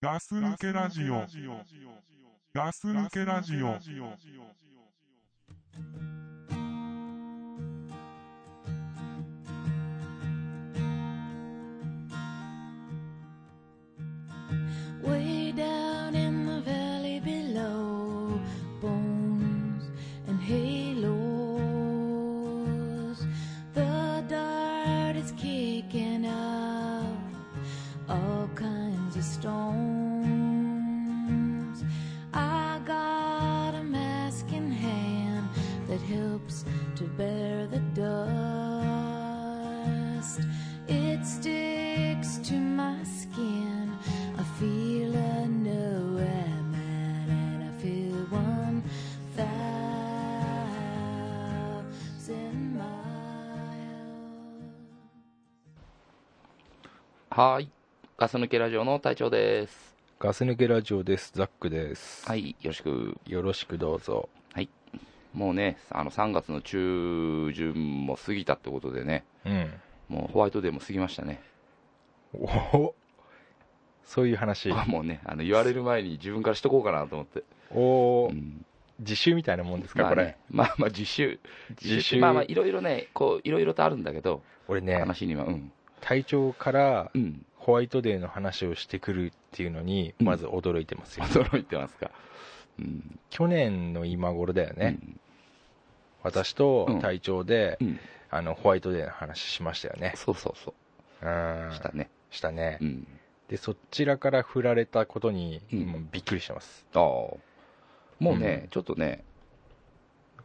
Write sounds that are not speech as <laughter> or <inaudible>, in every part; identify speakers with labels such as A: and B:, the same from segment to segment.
A: ガス抜けラジオ。ガス抜けラジオ。
B: Way down in the valley below, bones and halos. The dart is kicking out all kinds of stones. I got a mask in hand that helps to bear the dust. It sticks to my skin. I feel I know I'm at, and I feel one thousand miles.
C: はーい。ガス抜けラジオの隊長です。
D: ガス抜けラジオです。ザックです。
C: はい、よろしく。
D: よろしくどうぞ。
C: もうね、あの、3月の中旬も過ぎたってことでね、
D: うん。
C: もうホワイトデーも過ぎましたね。
D: おおそういう話。
C: あもうね、あの、言われる前に自分からしとこうかなと思って。
D: おお、
C: うん
D: 自習みたいなもんですか、
C: まあ
D: これ、
C: ね、まあまあ、自習。
D: 自
C: って
D: 習。
C: まあまあ、いろいろね、こう、いろいろとあるんだけど、
D: 俺ね、
C: 話には、うん。
D: 隊長から
C: うん。
D: ホワイトデーの話をしてくるっていうのに、
C: うん
D: まず驚いてますよ。
C: 驚いてますか。うん。
D: 去年の今頃だよね。私と隊長で、
C: うん。うん。
D: あの、ホワイトデーの話しましたよね。
C: そうそうそうう。
D: ん。
C: したね。
D: したね
C: う。ん。
D: で、そちらから振られたことに、
C: うん
D: もうびっくりしてます。
C: ああもうね、
D: うん
C: ちょっとね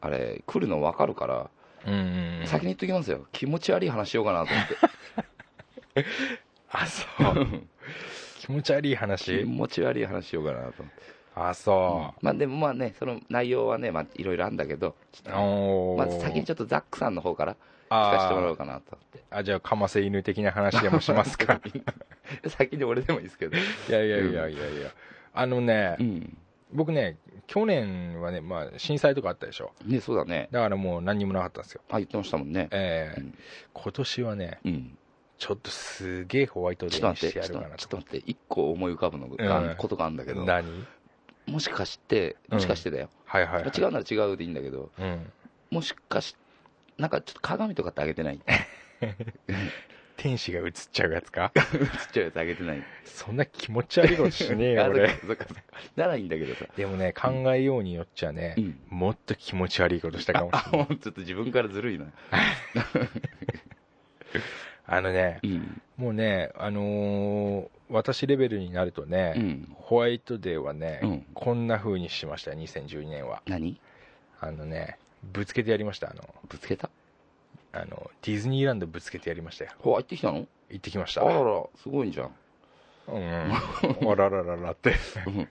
C: あれ来るの分かるから、
D: うんうんうん。
C: 先に言っときますよ気持ち悪い話しようかなと
D: <laughs> あ、そう。
C: 思って
D: 気持ち悪い
C: <laughs> 気
D: 話
C: 持ち悪い話しようかなと思って
D: あそ
C: まあでもまあねその内容はねまあいろいろあるんだけどちょ
D: う、
C: っ
D: お
C: とま
D: ー
C: ず先にちょっとザックさんの方から聞かせてもらおうかなと思って
D: あーあじゃあかませ犬的な話でもしますか
C: 先に俺で <laughs> もいいですけど
D: いやいやいやいやいやあのね、
C: うん
D: 僕ね去年はね、まあ、震災とかあったでしょ
C: ねそうだね
D: だからもう何にもなかったんですよ
C: あ言ってましたもんね
D: ええ
C: うん
D: 今年はね
C: うん
D: ちょっとすげえホワイトデ
C: ちょっと
D: ーに
C: 待っ
D: しててや
C: ち
D: る
C: ょっ
D: か
C: と
D: な
C: ちょっ
D: と
C: と待って一個思い浮かぶのが、
D: うん
C: ことがあるんだけど
D: 何
C: もしかしてもしかしてだよ、
D: はいはい、はい、
C: 違うなら違うでいいんだけど
D: うん、
C: もしかし、なんかちょっと鏡とかってあげてない
D: 天使が映っちゃうやつか
C: 映っちゃうやつあげてない。
D: そんな気持ち悪いことしねえ
C: <laughs>
D: よ
C: あ
D: 俺
C: そっかそっかならいいんだけどさ。
D: でもね考えようによっちゃね
C: う、ん。
D: もっと気持ち悪いことしたかもしれない
C: あ、もうちょっと自分からずるいな。
D: あのね、
C: うん。
D: もうね、あのー私レベルになるとね、
C: うん。
D: ホワイトデーはね、
C: うん
D: こんな風にしましたよ、2012年は。
C: 何
D: あのね、ぶつけてやりました、あの、
C: ぶつけた
D: あのディズニーランドぶつけてやりましたよ。
C: ほ入ってきたの
D: 行ってきまし
C: あ
D: た。
C: らら、すごいんじゃん。
D: うん、あらららら
C: <laughs>
D: って。
C: うん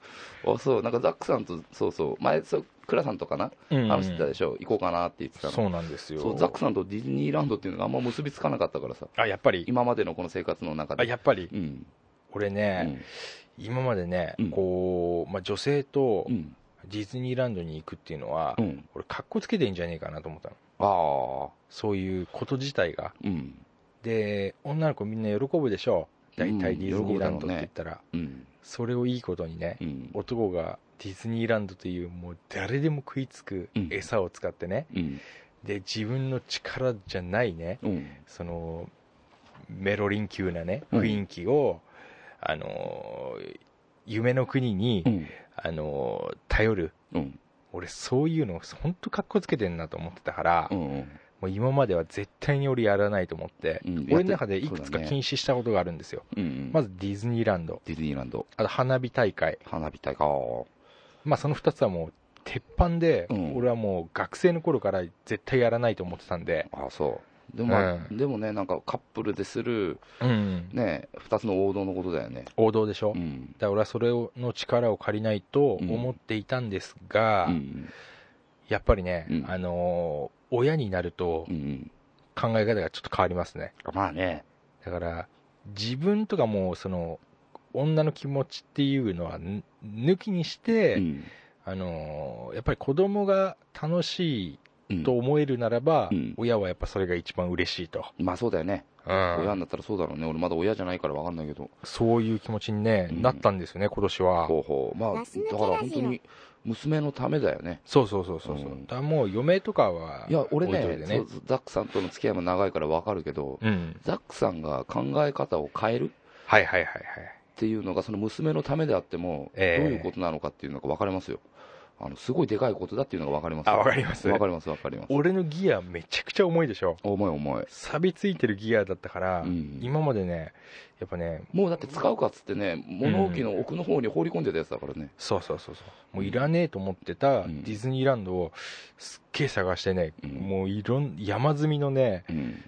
C: あ、そう、なんかザックさんと、そうそう、前、そうクラさんとかな、
D: うん
C: 話してたでしょ、行こうかなって言ってたの。
D: そうなんですよ。
C: そうザックさんとディズニーランドっていうのがあんま結びつかなかったからさ、
D: あ、やっぱり、
C: 今までのこの生活の中
D: あ
C: で。
D: やっぱり、
C: うん。
D: 俺
C: う
D: ね、
C: ん。
D: 今までね、
C: うん
D: こう、まあ、女性と
C: うん。
D: ディズニーランドに行くっていうのは、
C: うん。
D: 俺、かっこつけてんじゃねえかなと思ったの。
C: ああ。
D: そういうこと自体が。
C: うん。
D: で女の子みんな喜ぶでしょう
C: う
D: 大体
C: ん
D: ディズニーランドって言ったら、
C: うん。
D: それをいいことにね、
C: うん。
D: 男がディズニーランドというもう誰でも食いつく
C: うん
D: 餌を使ってね、
C: うん。
D: で自分の力じゃないね
C: うん。
D: そのメロリン級なね
C: うん
D: 雰囲気を、あのー夢の国に、
C: うん。
D: あのー頼る
C: うん。
D: 俺そういうの本当かっこつけてんなと思ってたから、
C: うん。
D: もう今までは絶対に俺やらないと思って、
C: うん
D: 俺の中でい
C: そう
D: く
C: だね
D: つか禁止したことがあるんですよ、
C: うん。
D: ま
C: ず、
D: ずディズニーランド、
C: ディズニーランド、
D: あと花火大会、
C: 花火大会。あー
D: まあ、その2つはもう鉄板で、
C: うん
D: 俺はもう学生の頃から絶対やらないと思ってたんで、
C: あー、そう。でも、まあ
D: うん
C: でもね、なんかカップルでする、
D: うん、
C: ね、二つの王道のことだよね。
D: 王道でしょ、
C: う
D: だか
C: ん。
D: ら俺はそれの力を借りないと思っていたんですが、
C: うん。
D: やっぱりね、
C: うん
D: あのー親になると
C: うん。
D: 考え方がちょっと変わりますね
C: まあね。
D: だから自分とかもうその女の気持ちっていうのはぬ抜きにして、
C: うん。
D: あのーやっぱり子供が楽しい
C: うん
D: と思えるならば、
C: うん
D: 親はやっぱそれが一番嬉しいと、
C: まあそうだよね。
D: うん
C: 親になったらそうだろうね俺まだ親じゃないから分かんないけど
D: そういう気持ちに、ね
C: うん
D: なったんですよね、今年は。
C: ほうほうまあだ
E: ガス抜け
C: から本当
E: ラ
C: に
E: ジ
C: 娘のためだよね
D: そうそうそうそうそう、
C: うん
D: だからもう嫁とかはい
C: や俺ね
D: 置いといてね
C: そうザックさんとの付き合いも長いから分かるけど、
D: うん、
C: ザックさんが考え方を変える
D: はいはいはいは
C: っ
D: い、
C: ていうのがその娘のためであっても、
D: ええ
C: どういうことなのかっていうのが分かりますよあのすごいでかいことだっていうのが分かります
D: あ分かります
C: 分かります分かります
D: 俺のギア、めちゃくちゃ重いでしょ、
C: 重い重い、
D: 錆びついてるギアだったから、
C: うん
D: 今までね、やっぱね、
C: もうだって使うかっつってね物置の奥の方に放り込んでたやつだからね、
D: そうそうそうそう、もういらねえと思ってた
C: う
D: デ
C: ん
D: ィズニーランドをすっげえ探してね、
C: うん
D: もういろん山積みのね、
C: うん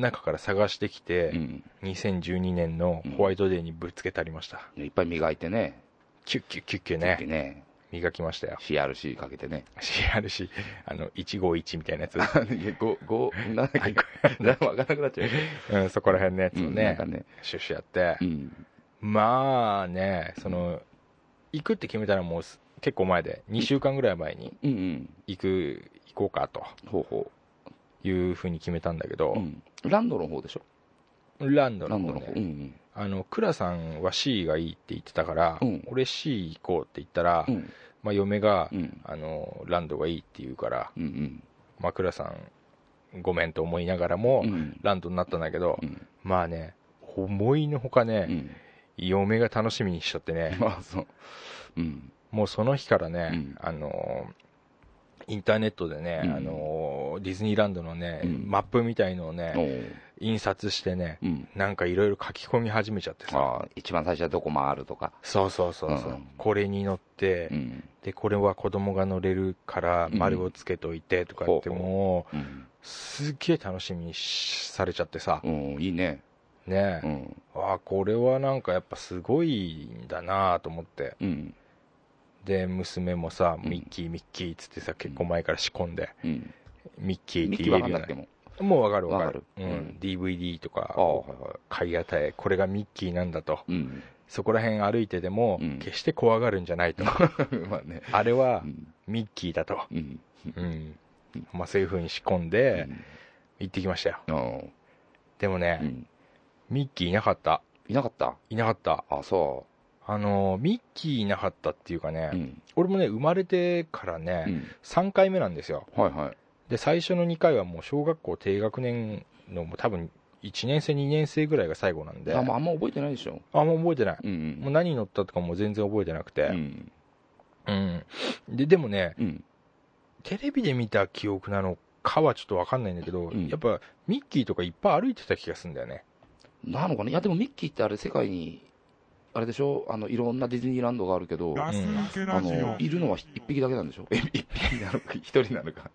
D: 中から探してきて、
C: うん
D: 2012年のホワイトデーにぶつけてありました、
C: いっぱい磨いてね
D: キュッキュッキュッキュ
C: 切って
D: ね、
C: ね
D: 磨きましたよ、
C: CRC かけて
D: <laughs>
C: ね
D: CRC、あの151みた
C: <laughs>
D: いなやつ、
C: ごごなんだっけ分からなくなっちゃうよね
D: うん、そこら辺のやつ
C: う
D: を
C: んなん
D: ね
C: か、ね
D: シュッシュやって
C: う、ん
D: まあね、その、行くって決めたらもうす結構前で、2週間ぐらい前に
C: うんうん
D: 行く、行こうかと
C: ほうほ
D: いうふうに決めたんだけ
C: う、う
D: ど、
C: ん、ランドの方でしょ
D: ランド
C: ラ
D: の
C: ン
D: 方
C: ド
D: ね
C: の方うん
D: あの、クラさんは C がいいって言ってたから、
C: うん
D: 俺 C 行こうって言ったら、
C: うん
D: まあ嫁が、
C: うん
D: あの、ランドがいいって言うから、
C: うんうん
D: まあクラさん、ごめんと思いながらも、
C: うん
D: ランドになったんだけど、
C: うん
D: まあね、思いのほか
C: う
D: ね、
C: ん
D: 嫁が楽しみにしちゃってね、
C: <laughs> まあそううん
D: もうその日からね、
C: うん
D: あのーインターネットでね、
C: うん
D: あのーディズニーランドのね、
C: うん
D: マップみたいのを
C: お
D: ね、
C: う
D: 印刷してね、
C: うん
D: なんかいろいろ書き込み始めちゃってさ、
C: ああ一番最初はどこ回るとか
D: そうそうそうそう、
C: うん
D: これに乗って、
C: うん
D: で、これは子供が乗れるから、
C: うん
D: 丸をつけといてとかって、
C: ほうほう
D: も
C: うん
D: う、すっげえ楽しみにしされちゃってさ、
C: うんいいね
D: ね
C: う、ん
D: ああ、これはなんかやっぱすごいんだなと思って、
C: うん
D: で、娘もさ、
C: うん
D: ミッキー、ミッキーっつってさ、結構前から仕込んで、
C: うん
D: ミッキーっ
C: ミ
D: て
C: ッキー
D: 言え
C: わ
D: る
C: かん
D: よ
C: な
D: う
C: くても
D: なもうわかるわかる
C: わかる
D: う
C: うんん、
D: DVD とか
C: ああはいはい
D: 買い与えこれがミッキーなんだと
C: うん
D: そこら辺歩いてでも、
C: うん
D: 決して怖がるんじゃない
C: <laughs>
D: と
C: まあね
D: あれは
C: うん
D: ミッキーだと、
C: うん
D: うんまあ、そういう風に仕込んで行ってきましたよ
C: うんあ
D: でもね
C: あ、うん
D: ミッキーいなかった
C: いなかった
D: いなかった
C: あそ
D: あのーミッキーいなかったっていうかね、
C: ううん
D: 俺もね生まれてからね、
C: うん
D: 3回目なんですよ
C: はいはい
D: で最初の2回はもう小学校低学年のもう多分1年生2年生ぐらいが最後なんで
C: あまああんま覚えてないでしょ
D: あんま覚えてない。
C: うん
D: もう何乗ったとかも全然覚えてなくて。
C: う
D: うん。
C: ん
D: で、でもね、
C: うん
D: テレビで見た記憶なのかはちょっとわかんないんだけど、
C: うん
D: やっぱミッキーとかいっぱい歩いてた気がするんだよね。
C: なのかないやでもミッキーってあれ世界にあれでしょあのいろんなディズニーランドがあるけど
A: ガス抜け
C: あ
A: ラジ
C: の
A: オ
C: いるのは一匹だけなんでしょ <laughs> 一匹なのか一人なのか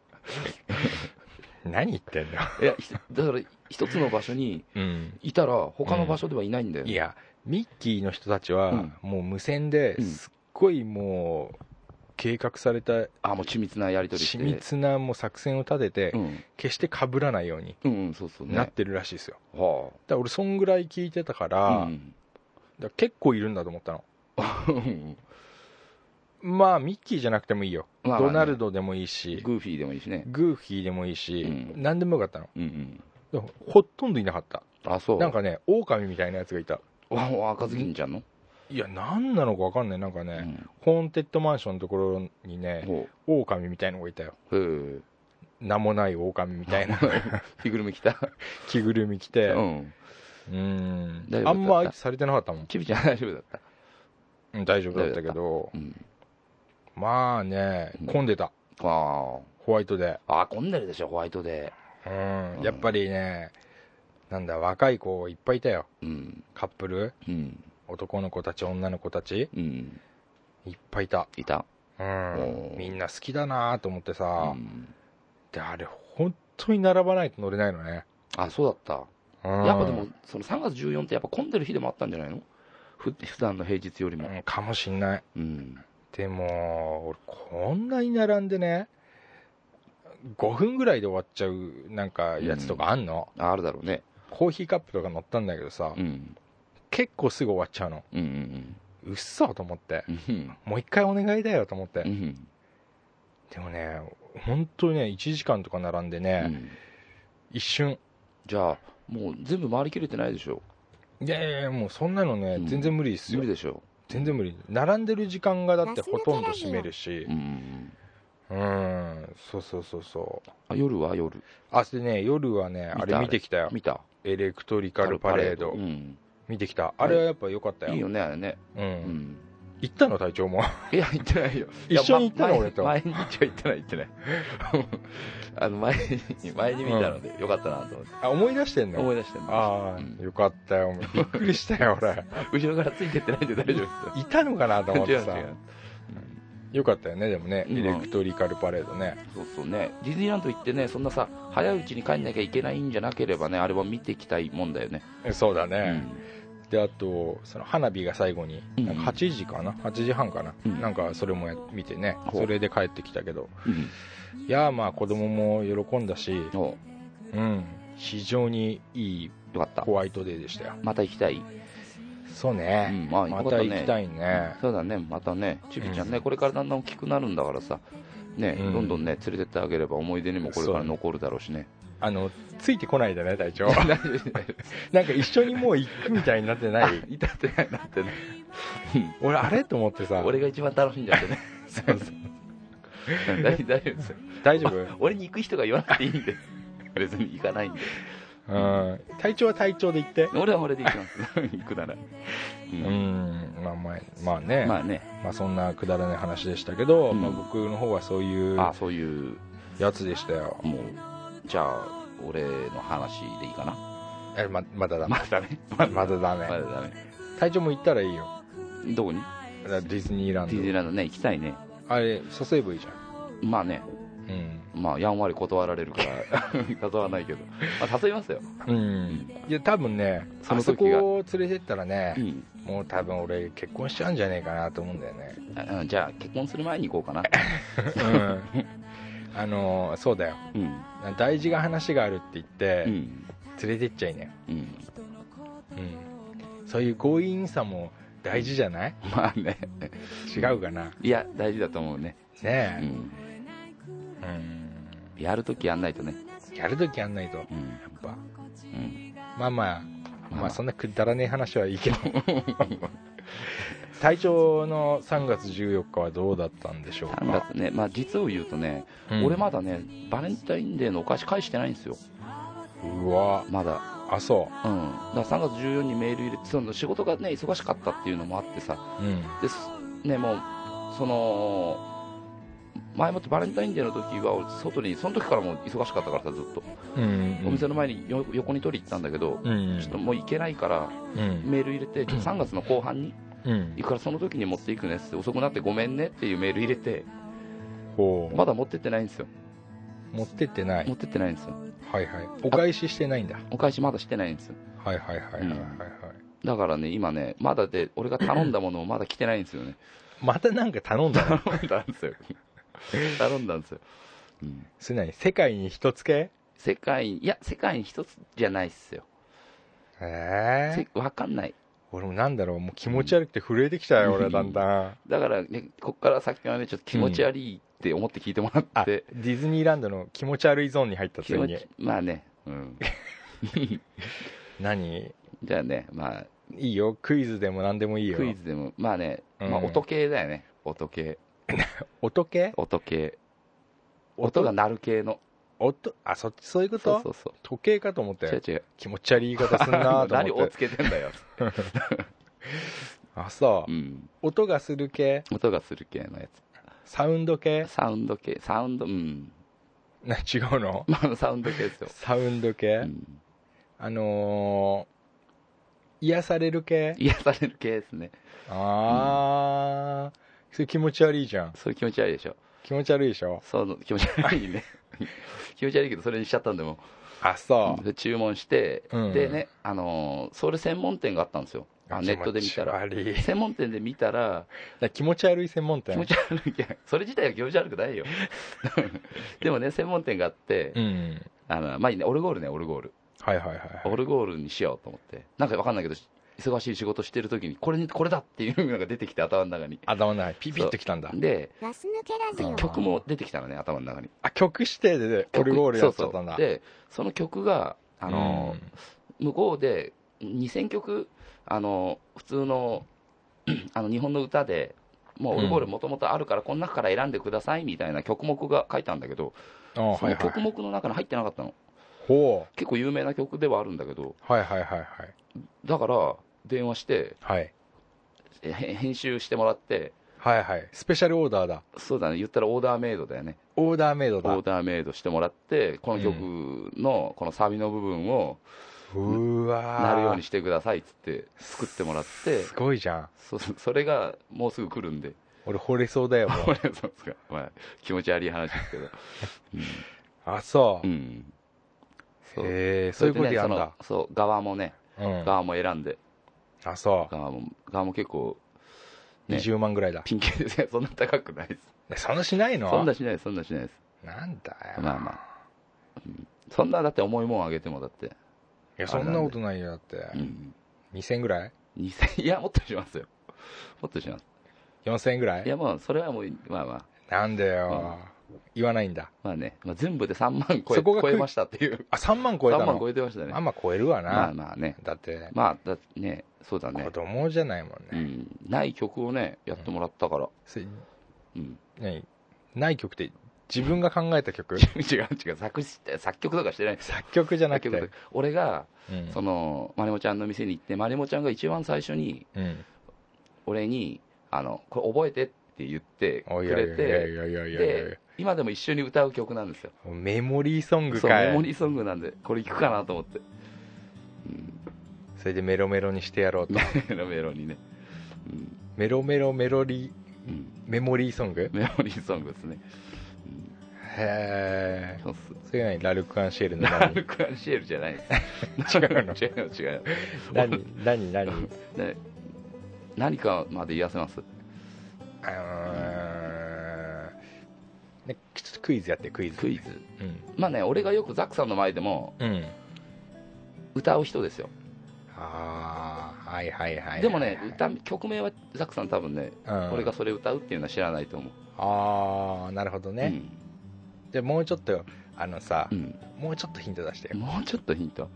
D: 何言ってんの
C: いやひだから一つの場所に
D: うん。
C: いたら他の場所ではいないんだよ、
D: いや、ミッキーの人たちは、
C: うん
D: もう無線で
C: うん
D: すっごいもう、計画された
C: あもう緻密なやり取りして
D: 緻密なもう作戦を立てて、
C: うん
D: 決して被らないように
C: うんうんそうそうね
D: なってるらしいですよ。
C: は
D: だから俺、そんぐらい聞いてたから、
C: あ、う
D: だか
C: ん、
D: ら結構いるんだと思ったの。 <laughs>
C: うん
D: まあミッキーじゃなくてもいいよ、
C: まあまあね
D: ドナルドでもいいし
C: グーフィーでもいいしね
D: グーフィーでもいいし、
C: うん
D: 何でもよかったの
C: うんうん
D: でもほとんどいなかった
C: あそう
D: なんかねオオカミみたいなやつがいた
C: あもう赤ずきんちゃんの、
D: いや何なのか分かんないなんかね、
C: うん
D: ホーンテッドマンションのところにね
C: ほ
D: オオカミみたいのがいたよ
C: うへえ
D: 名もないオオカミみたいな
C: 着ぐるみ着た
D: <laughs> 着ぐるみ着
C: う
D: てうんん
C: 大丈夫だった
D: あんま相手されてなかったもん
C: ちびちゃん大丈夫だった
D: うん大丈夫だったけど
C: うん
D: まあね
C: うん
D: 混んでた
C: あ
D: ホワイトで
C: ああ混んでるでしょホワイトで
D: うん
C: うん
D: やっぱりねなんだ若い子いっぱいいたよ
C: うん
D: カップル
C: うん
D: 男の子たち女の子たち
C: うん
D: いっぱいいた
C: いた
D: うん
C: おー
D: みんな好きだなと思ってさ、
C: うん
D: であれ本当に並ばないと乗れないのね、
C: あそうだった
D: うん
C: やっぱでも、その3月14ってやっぱ混んでる日でもあったんじゃないのふ普段の平日より
D: う
C: も。
D: んかもしんない
C: うん。
D: でも俺こんなに並んでね5分ぐらいで終わっちゃうなんかやつとかあんの、
C: ああるだろうね。
D: コーヒーカップとか乗ったんだけどさ、
C: うん。
D: 結構すぐ終わっちゃうの
C: うんうん
D: うっそと思って
C: うん。うん。
D: もう一回お願いだよと思って、
C: うん。
D: でもね本当にね1時間とか並んで
C: う
D: ね、
C: ん
D: 一瞬
C: じゃあ、もう全部回りきれてないでしょ
D: いやいやいやもうそんなのね
C: うん
D: 全然無理ですよ、
C: 無理でしょ
D: 全然無理並んでる時間がだってほとんど占めるし
C: う、ん
D: うんそうそうそうそう
C: あ夜は夜
D: あでね夜はね
C: 見
D: あれ
C: た
D: 見てきたよ
C: 見た
D: エレクトリカルパレード
C: うん
D: 見てきたあれはやっぱ良かったよ、
C: いいよねあれね
D: う、
C: うんん
D: 行ったの隊長も <laughs>
C: いや行ってないよ
D: 一緒に行ったの
C: いやま
D: 俺と
C: 前に一応行ってない行ってない <laughs> あの前に前に見たのでよかったなと思って
D: あ思い出してんの
C: 思い出してんの
D: ああ、
C: うん
D: よかったよびっくりしたよ俺
C: 後ろからついてってないんで大丈夫ですよ
D: いたのかなと思っ
C: <laughs> 違
D: て
C: う
D: さ
C: 違う
D: よかったよねでもね
C: うん
D: エレクトリカルパレードね
C: そうそうねディズニーランド行ってねそんなさ早いうちに帰んなきゃいけないんじゃなければねあれは見ていきたいもんだよね、
D: えそうだ
C: う
D: ね、
C: ん
D: であとその花火が最後に
C: うん
D: なんか8時かな8時半かな、
C: うん
D: なんかそれもや見てね
C: ほう
D: それで帰ってきたけど
C: うん
D: いやーまあ子供も喜んだし、
C: お
D: うん、非常にいい
C: よかった
D: ホワイトデーでしたよ
C: また行きたい、
D: そう
C: う
D: ね、
C: んまあよかった
D: また行
C: ね
D: きたいね
C: そうだねまたねちびちゃんね、これからだんだん大きくなるんだからさね、
D: うん
C: どんどんね連れてってあげれば思い出にもこれから
D: そう
C: 残るだろうし
D: <laughs>
C: ね
D: あのついてこないでね
C: <laughs>
D: 隊長
C: 大丈夫大丈
D: なんか一緒にもう行くみたいになって
C: 夫
D: な
C: あ <laughs>
D: い
C: 至ってないなってね
D: 俺あれと思ってさ
C: <laughs> 俺が一番楽しんじゃってね <laughs>
D: <laughs>
C: 大丈夫大丈夫ですよ
D: 大丈
C: <laughs>
D: 夫、
C: 俺に行く人が言わなくていいんで別に行かないんで
D: うん、体調は体調で行って
C: 俺は俺で行き
D: <laughs>
C: ます行くなら、う
D: うんんまあまあまあね、ま
C: ま
D: あ
C: あね
D: そんなくだらない話でしたけど、
C: うん
D: まあ、僕の方はそういう
C: あそういう
D: やつでしたよ
C: もうじゃあ俺の話でいいかな
D: えままだだ <laughs> ま
C: まだね
D: まだだ
C: まだ
D: ね
C: だね
D: 体調も行ったらいいよ
C: どこに
D: だからディズニーラ
C: ディズニ
D: ン
C: ーランドね行きたいね
D: ドあれ誘えばいいじゃ
C: まあね
D: んうん
C: まあやんわり断られるから <laughs> 誘わないけど、まあ、誘いますよ、
D: うん、いや多分ね
C: そ
D: あ
C: の
D: そ
C: 時が
D: こを連れてったらね
C: う、ん、
D: もう多分俺結婚しちゃうんじゃねえかなと思うんだよ
C: <laughs>
D: ね
C: あじゃあ結婚する前に行こうかな、
D: うんあのそうだよ
C: うん
D: 大事な話があるって言って
C: うん
D: 連れてっちゃいね、
C: うん、
D: うん、そういう強引さも大事じゃない
C: まあね
D: 違うかない
C: や大事だと思うね、う
D: ね
C: ん、
D: え、うん、
C: やるときやんないとね、
D: やるときやんないとやっ
C: うん
D: ぱ
C: うん、
D: まあまあ
C: まあ
D: まあそんなくだらねえ話はい
C: <laughs>
D: いけど隊長の3月14日はどうだったんでしょう
C: 3
D: か、
C: 月ね、まあ、実を言うとね、
D: うん
C: 俺まだねバレンタインデーのお菓子返してないんですよ
D: うわ
C: まだ、
D: あそ
C: うん、だから3月14にメール入れてその仕事がね忙しかったっていうのもあってさ
D: ううん
C: ですねもうその前もってバレンタインデーの時は俺外にその時からもう忙しかったからさずっと
D: うん
C: お店の前によ横に取り行ったんだけど、
D: うん
C: ちょっともう行けないから
D: うん
C: メール入れて3月の後半に
D: うん
C: 行くからその時に持っていくねっつって遅くなってごめんねっていうメール入れて
D: こう
C: まだ持ってってないんですよ
D: 持ってってない
C: 持ってってないんですよ
D: はいはいお返ししてないんだ
C: お返しまだしてないんですよ
D: はいはいはいはいはいはい、
C: うんだからね今ねまだで俺が頼んだものをまだ来てないんですよね
D: またなんか頼んだ
C: <laughs>
D: な
C: 頼んだんですよ頼んだんですよ、うん、
D: それ何世界に一つ系
C: 世界いや世界に一つじゃないっすよ
D: ええ
C: せわかんない
D: 俺もなんだろうもう気持ち悪くて震えてきたよ
C: うん
D: 俺だんだん
C: だからねこっから先はねちょっと気持ち悪いって思って聞いてもら
D: あ
C: っ
D: デ
C: て、
D: ィズニーランドの気持ち悪いゾーンに入ったつ
C: 気
D: い
C: 持
D: に
C: ちまあねうん
D: <laughs> 何
C: じゃあねまあ
D: いいよクイズでも何でもいいよ
C: クイズでもまあね、
D: うん
C: まあ音系だよね音系
D: 音系
C: 音系音が鳴る系の
D: 音あそっちそういうこと
C: そうそうそ
D: 時計かと思っ
C: う違
D: て
C: う違う
D: 気持ち悪い言い方すんなと
C: <laughs> 何
D: 思
C: を
D: って
C: つけて
D: <laughs>
C: んだよ、
D: あそうう、
C: ん、
D: 音がする系
C: 音がする系のや
D: サウンド系
C: つサウンド系サウンドうん
D: な違うの
C: まあサウンド系ですよ、
D: サウンド系、
C: うん、
D: あのー、癒される系
C: 癒される系ですね
D: ああ、それ気持ち悪いじゃん
C: そういう気持ち悪いでしょ
D: 気持ち悪いでしょ
C: そう気持ち悪い
D: <laughs>
C: ね気持ち悪いけどそれにしちゃったんでも
D: あそう
C: で注文して、
D: うん
C: でねあのーそれ専門店があったんですよあネットで見たら
D: 気持ち悪いだか
C: 専門店で見たら
D: ら気持ち悪い専門
C: 気
D: 店
C: 持ち悪いいやそれ自体は気持ち悪く
D: <laughs>
C: ないよでもね専門店があって、
D: うん
C: あのまあいいねオルゴールねオルゴール
D: はいはいはい
C: オルゴールにしようと思ってなんかわかんないけど忙しい仕事してる時にこれにこれだっていうのが出てきて頭の中に
D: 頭の中にピピッときたんだ
C: で
B: ガス抜けラジオ
C: <laughs>
D: うん
C: 曲も出てきたのね頭の中に
D: あ曲指定でオルゴールやっちゃったんだ
C: そうそうでその曲があの、
D: うん
C: 向こうで2000曲あの普通の <clears throat> あの日本の歌でもうオルゴールもともとあるからこの中から選んでくださいみたいな曲目が書いてあるんだけど、
D: ああ
C: そ
D: はい
C: の
D: は
C: 曲
D: い
C: 目の中に入ってなかったの
D: ほ
C: 結構有名な曲ではあるんだけど
D: うはいはいはい
C: だから電話して
D: はい
C: えへ編集してもらって
D: はいはいはいスペシャルオーダーだ
C: そうだね言ったらオーダーメイドだよね
D: オーダーメイド
C: オ
D: だ
C: ー
D: う
C: ダーメイドしてもらってこの曲のこのサビの部分を
D: ーわー
C: なるようにしてくださいっつって作ってもらって
D: すごいじゃん
C: そそれがもうすぐ来るんで
D: 俺惚れそうだよも
C: <laughs> こ
D: う
C: れそうですか、まあ、気持ち悪い話ですけど、、
D: あそううん
C: そう
D: へえそういうこと
C: れでね
D: やん
C: そ
D: だ
C: のそう側もね、
D: うん
C: 側も選んで
D: あそ
C: 側も側も結構
D: う
C: ね
D: 20万ぐらいだ
C: ピンキーですね <laughs> そんな高くないです
D: そんなしないの
C: そんなしないですそんなしないです
D: なんだよ
C: まあまあそんなだって重いもんあげてもだって、
D: いやそんなことないよだって
C: うん、
D: 2000ぐらい
C: <laughs> 2000いやもっとしますよもっとします
D: 4000ぐら
C: い
D: い
C: やもうそれはもうまあまあ
D: なんだよ言わないんだ
C: まあね、まあ、全部で3万超え
D: そこが
C: 超えましたっていう
D: あ3万超え
C: 3
D: た
C: 万
D: の
C: 超えてましたね
D: あんま超えるわ
C: まあ
D: な
C: まあね
D: だって
C: まあだねそうだね
D: 子供じゃないも
C: うん
D: ね
C: ん、ない曲をねやってもらったから、
D: それ
C: うん、
D: 何ない曲って自分が考えた
C: <laughs>
D: 曲
C: 違う違う作詞って作曲とかしてない
D: <laughs> 作曲じゃなく
C: 作曲
D: て
C: とか俺が
D: うん
C: そのまりもちゃんの店に行ってまりもちゃんが一番最初に
D: うん
C: 俺にあのこれ覚えてって言って
D: お
C: く
D: いやい
C: れ
D: やいやい
C: て
D: やいやいやいやい
C: で今でも一緒に歌う曲なんですよ
D: やメモリーソング
C: そう
D: か
C: メモ
D: い
C: リーソングなんでこれ聞くかなと思って、
D: それでメロメロにしてやろうと
C: うん、メロにね、うん
D: メロメロメロリ
C: うん、
D: メモリーソング
C: メモリーソングですね
D: へえ
C: そうっす
D: それ何ラルク・アンシエルの
C: ラ
D: 何
C: ルク・アンシエルじゃないです
D: 違うの
C: 違う違う
D: 何
C: <laughs>
D: 何何
C: ね何かまで言わせます
D: あーねちょっとクイズやってクイズ
C: クイズ
D: うん
C: まあね俺がよくザックさんの前でも
D: うん
C: 歌う人ですよ
D: ああはいはいはいはい
C: でもね歌曲名はザックさん多分ね、
D: うん
C: 俺がそれ歌うっていうのは知らないと思う
D: ああなるほどね、じゃあもうちょっとあのさ
C: う、ん、
D: もうちょっとヒント出して
C: うん
D: よ、
C: もうちょっとヒント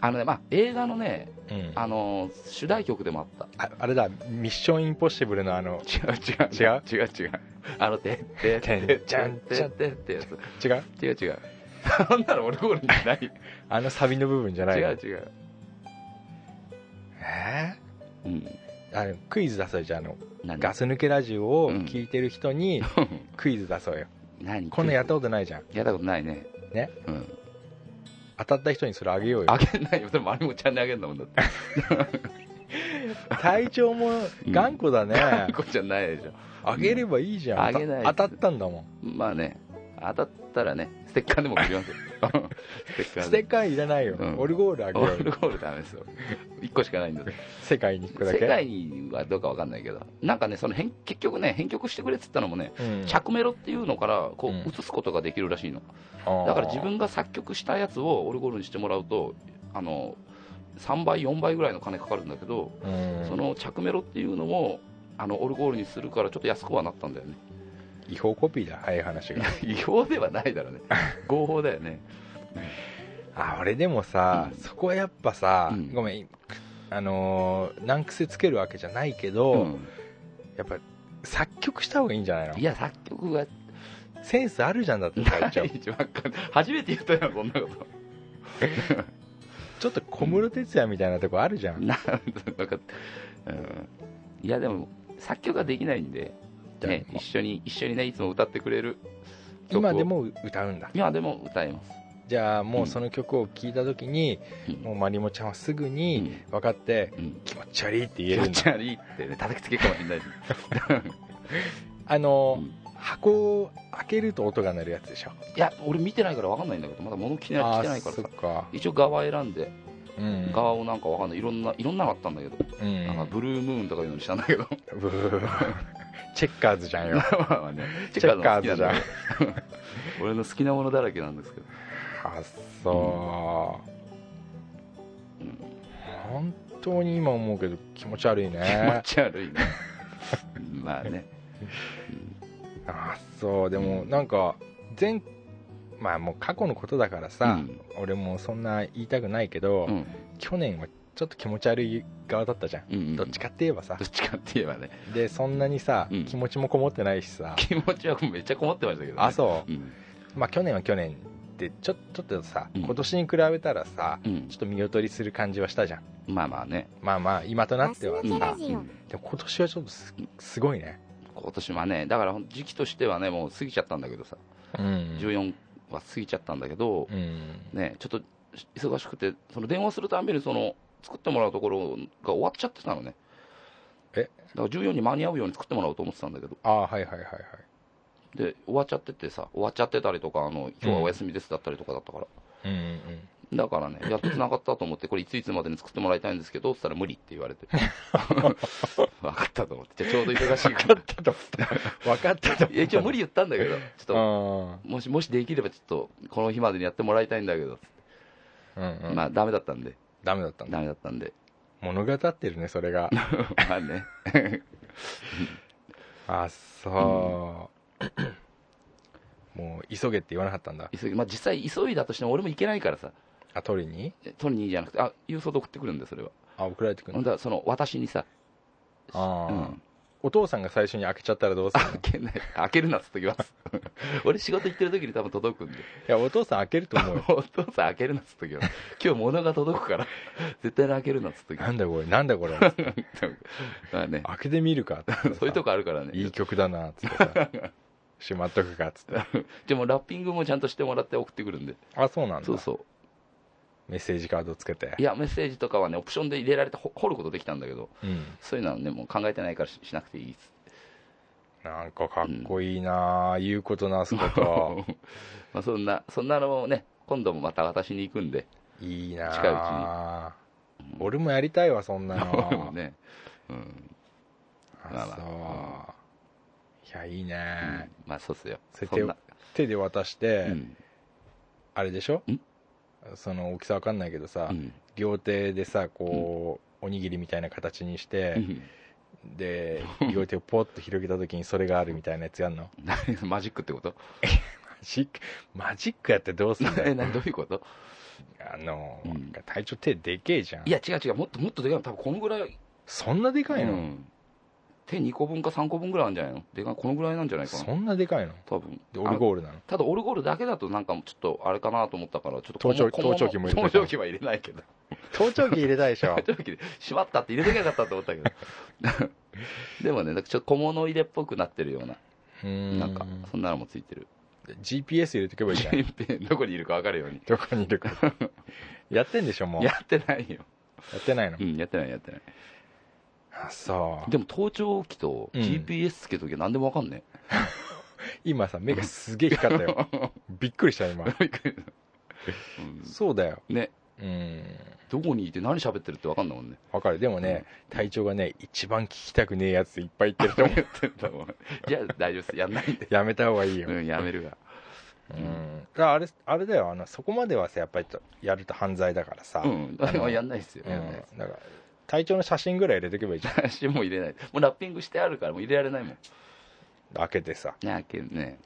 C: あのねまあ映画のね
D: うん
C: あのー主題曲でもあっ
D: ああれだミッションインポッシブルのあの
C: た違う違う
D: 違う
C: 違う違うあの「てってってってってって」ってやつ
D: 違う
C: 違う違うそんなの俺ゴールじゃない
D: あのサビの部分じゃないの
C: 違う違う、
D: え
C: うん、
D: ーあのクイズ出そうよじゃああの
C: 何
D: ガス抜けラジオを聞いてる人
C: <laughs>
D: に
C: うん
D: クイズ出そうよ、
C: <laughs> 何
D: こんなやったことないじゃん
C: やったことないね
D: ね
C: うん <laughs>
D: 当たった人にそれあげようよ
C: あげないよ、でもあれもちゃんにあげんだもんだって。
D: 体調も頑固だね、
C: こっちゃないでしょ。
D: あげればいいじゃん、
C: あげない
D: 当た当たったんだもん
C: まあね、当たったらね、ステッカーでも送りますよ。ステッカー
D: ス
C: で
D: テ。ッカーいらないよ、
C: うん
D: オルゴールあげ
C: オ
D: よう
C: ール
D: よ
C: ゴールダメですよ。1個しかないんです
D: 世界に1個だけ
C: 世界にはどうかわかんないけど、なんかね、その編結局ね、編曲してくれって言ったのもね、
D: うん
C: 着メロっていうのからこ
D: うん
C: う移すことができるらしいの、だ
D: だ
C: から自分が作曲したやつをオルゴールにしてもらうとあの3倍4倍ぐらいの金かかるんだけど、その着メロっていうのをあのオルゴールにするからちょっと安くはなったんだよね <laughs>
D: 違法コピーだ早い話が
C: 違法ではないだろうね合法だよね
D: あ俺でもさ、そこはやっぱさ、
C: うん
D: ごめんあのー難癖つけるわけじゃないけど、
C: うん
D: やっぱ作曲した方がいいんじゃないの
C: いや作曲が
D: センスあるじゃんだって
C: ない <laughs>
D: 隊長
C: 一番初めて言ったよそんなこと
D: ちょっと小室哲哉みたい <laughs> なとこあるじゃん、
C: なんだかうんいやでも作曲ができないんで、
D: じゃあ
C: ね、一緒に一緒にねいつも歌ってくれる曲を
D: 今でも歌うんだ
C: 今でも歌えます
D: じゃあもうその曲を聴いた時に、
C: うん
D: もうまりもちゃんはすぐ
C: う
D: に
C: ん
D: 分かって、
C: うん
D: 気持ち悪いって言え
C: 気
D: る
C: 持
D: んだ
C: ち悪いってね叩きつけるかもしれないです
D: <laughs> あのー、
C: うん
D: 箱を開けると音が鳴るやつでしょ
C: いや俺見てないから分かんないんだけどまだ物着てない着てないから
D: そっ
C: さ
D: か
C: 一応側選んで
D: うん
C: 側をなんか分かんないいろんないろんなのあったんだけど、
D: うん
C: なんかブルームーンとかいうのにしたんだけど
D: ブーチェッカーズじゃんよ
C: まあまあね、
D: チェッカーズじゃん
C: <laughs> チェッカーズなんで俺の好きなものだらけなんですけど、
D: あそう、本当に今思うけど気持ち悪い
C: 気持
D: ね
C: ち
D: <laughs>
C: 悪いねまあね
D: あそうでもなんか前まあもう過去のことだからさ、
C: うん
D: 俺もそんな言いたくないけど、
C: うん
D: 去年はちょっと気持ち悪い側だったじゃん、
C: うんうん
D: どっちかって言えばさ
C: どっちかって言えばね
D: でそんなにさ、
C: うん
D: 気持ちもこもってないしさ
C: 気持ちはめっちゃこもってましたけど、ね、、
D: あそう
C: ん
D: うまあ去年は去年でちょちょっとさ、
C: うん
D: 今年に比べたらさ
C: うん
D: ちょ、っと見劣りする感じはしたじゃん
C: まあまあね、
D: まあまあ今となってはさ、
C: うん
E: ラ
D: で
E: ジオ
C: うん
D: も今年はちょっとすすごいね
C: 今年はねだから時期としてはねもう過ぎちゃったんだけどさ
D: うん、
C: 14は過ぎちゃったんだけど
D: う、ん、
C: ねちょっと忙しくてその電話するたんびにその作ってもらうところが終わっちゃってたのね
D: え
C: だから14に間に合うように作ってもらおうと思ってたんだけど
D: ああはいはいはいはい
C: で終わっちゃっててさ終わっちゃってたりとかあの今日はお休みですだったりとかだったから、
D: うんうん
C: だから <laughs> ねやっと繋がったと思ってこれいついつまでに作ってもらいたいんですけどって言ったら無理って言われ <laughs> て分かったと思ってじゃあちょうど忙しいから
D: だと分かったと思った
C: いや一応無理言ったんだけどちょっと
D: あ
C: もしもしできればちょっとこの日までにやってもらいたいんだけど、
D: あうんうん
C: まあダメだったんで
D: ダメだったんだ
C: ダメだったんで
D: 物語ってるねそれが
C: まあね
D: あそう、もう急げって言わなかったんだ
C: 急ぎまあ実際急いだとしても俺も行けないからさ
D: あ取りに
C: 取りにじゃなくてあ郵送で送ってくるんでそれは
D: あ送られてく
C: ほ
D: る
C: ん
D: ん
C: だ
D: だ
C: らその私にさ
D: あ
C: う
D: ー、
C: ん
D: お父さんが最初に開けちゃったらどうするの
C: 開けない開けるなっつっときます <laughs> 俺仕事行ってる時に多分届くんで
D: いやお父さん開けると思うよ
C: お父さん開けるなっつっときます今日物が届くから絶対に開けるなっつっとき
D: <laughs> な
C: ます
D: んだこれなんだこれ
C: まあね
D: 開けてみるかって
C: <laughs> そういうとこあるからね
D: いい曲だなっつって
C: <laughs>
D: さしまっとくかっつって
C: でもラッピングもちゃんとしてもらって送ってくるんで
D: あそうなんだ
C: そうそう
D: メッセージカードつけて
C: いやメッセージとかはねオプションで入れられてほ掘ることできたんだけど
D: うん
C: そういうのはねもう考えてないからししなくていいっつ
D: なんかかっこいいなあ言うことなすこと
C: <laughs> まあそんなそんなのもね今度もまた私に行くんで
D: いいなあ
C: 近いう
D: 俺もやりたいわそんな
C: <laughs>
D: の
C: ねうんまあまあ
D: あそういやいいね、
C: まあそうっすよ
D: それ
C: そん
D: 手
C: な
D: を手で渡して、
C: うん
D: あれでしょ
C: ん
D: その大きさわかんないけどさ、
C: うん
D: 両手でさこう、おにぎりみたいな形にして、で両手をポッと広げた時にそれがあるみたいなやつやんの
C: <laughs> 何マジックってこと
D: マジックマジックやってどうすん
C: <laughs>
D: だ
C: え
D: よ
C: 何どういうこと
D: あの、
C: うん
D: なんか体調手でけえじゃん
C: いや違う違うもっともっとでかいの多分このぐらい
D: そんなでかいの、
C: うん手2個分か3個分ぐらいあるんじゃないのでかいこのぐらいなんじゃないか
D: そ
C: なん
D: なでかいの
C: 多分
D: でオルゴールなの
C: ただオルゴールだけだとなんかちょっとあれかなと思ったからちょっと
D: 盗聴
C: この
D: 盗聴器も入れて
C: 盗聴器は入れないけど
D: 盗聴器入れたいでしょ
C: 盗聴器でしまったって入れとけなかったと思ったけどでもねなんかちょっと小物入れっぽくなってるような
D: <laughs> うーん
C: なんかそんなのもついてる
D: GPS 入れてけばいいじゃん
C: <laughs> 近辺どこにいるか分かるように
D: どこにい
C: <laughs>
D: るかやってんでしょもうや
C: やってないよ
D: ってないの、
C: うんやってないやってない
D: あそう
C: でも盗聴器と
D: うん
C: GPS つけときゃ何でも分かんね
D: 今さ目がすげえ光ったよ
C: <laughs>
D: びっくりした今
C: え、う
D: そうだよ
C: んね
D: うん
C: どこにいて何喋ってるって分かんないもんね
D: わかるでもね体調がね一番聞きたくねえやついっぱい言ってると思う
C: じゃあ大丈夫ですやんないんで、
D: やめた方がいいよ、
C: うん、やめるが
D: うんだからあれあれだよあのそこまではさやっぱりとやると犯罪だからさ、
C: うんあれは <laughs> やんないですよ
D: う
C: やん
D: ん
C: ないです
D: だから体調の写真ぐらい入れてけばいいじゃん
C: 私もう入れないもうラッピングしてあるからもう入れられないもん
D: 開けてさ
C: やけんね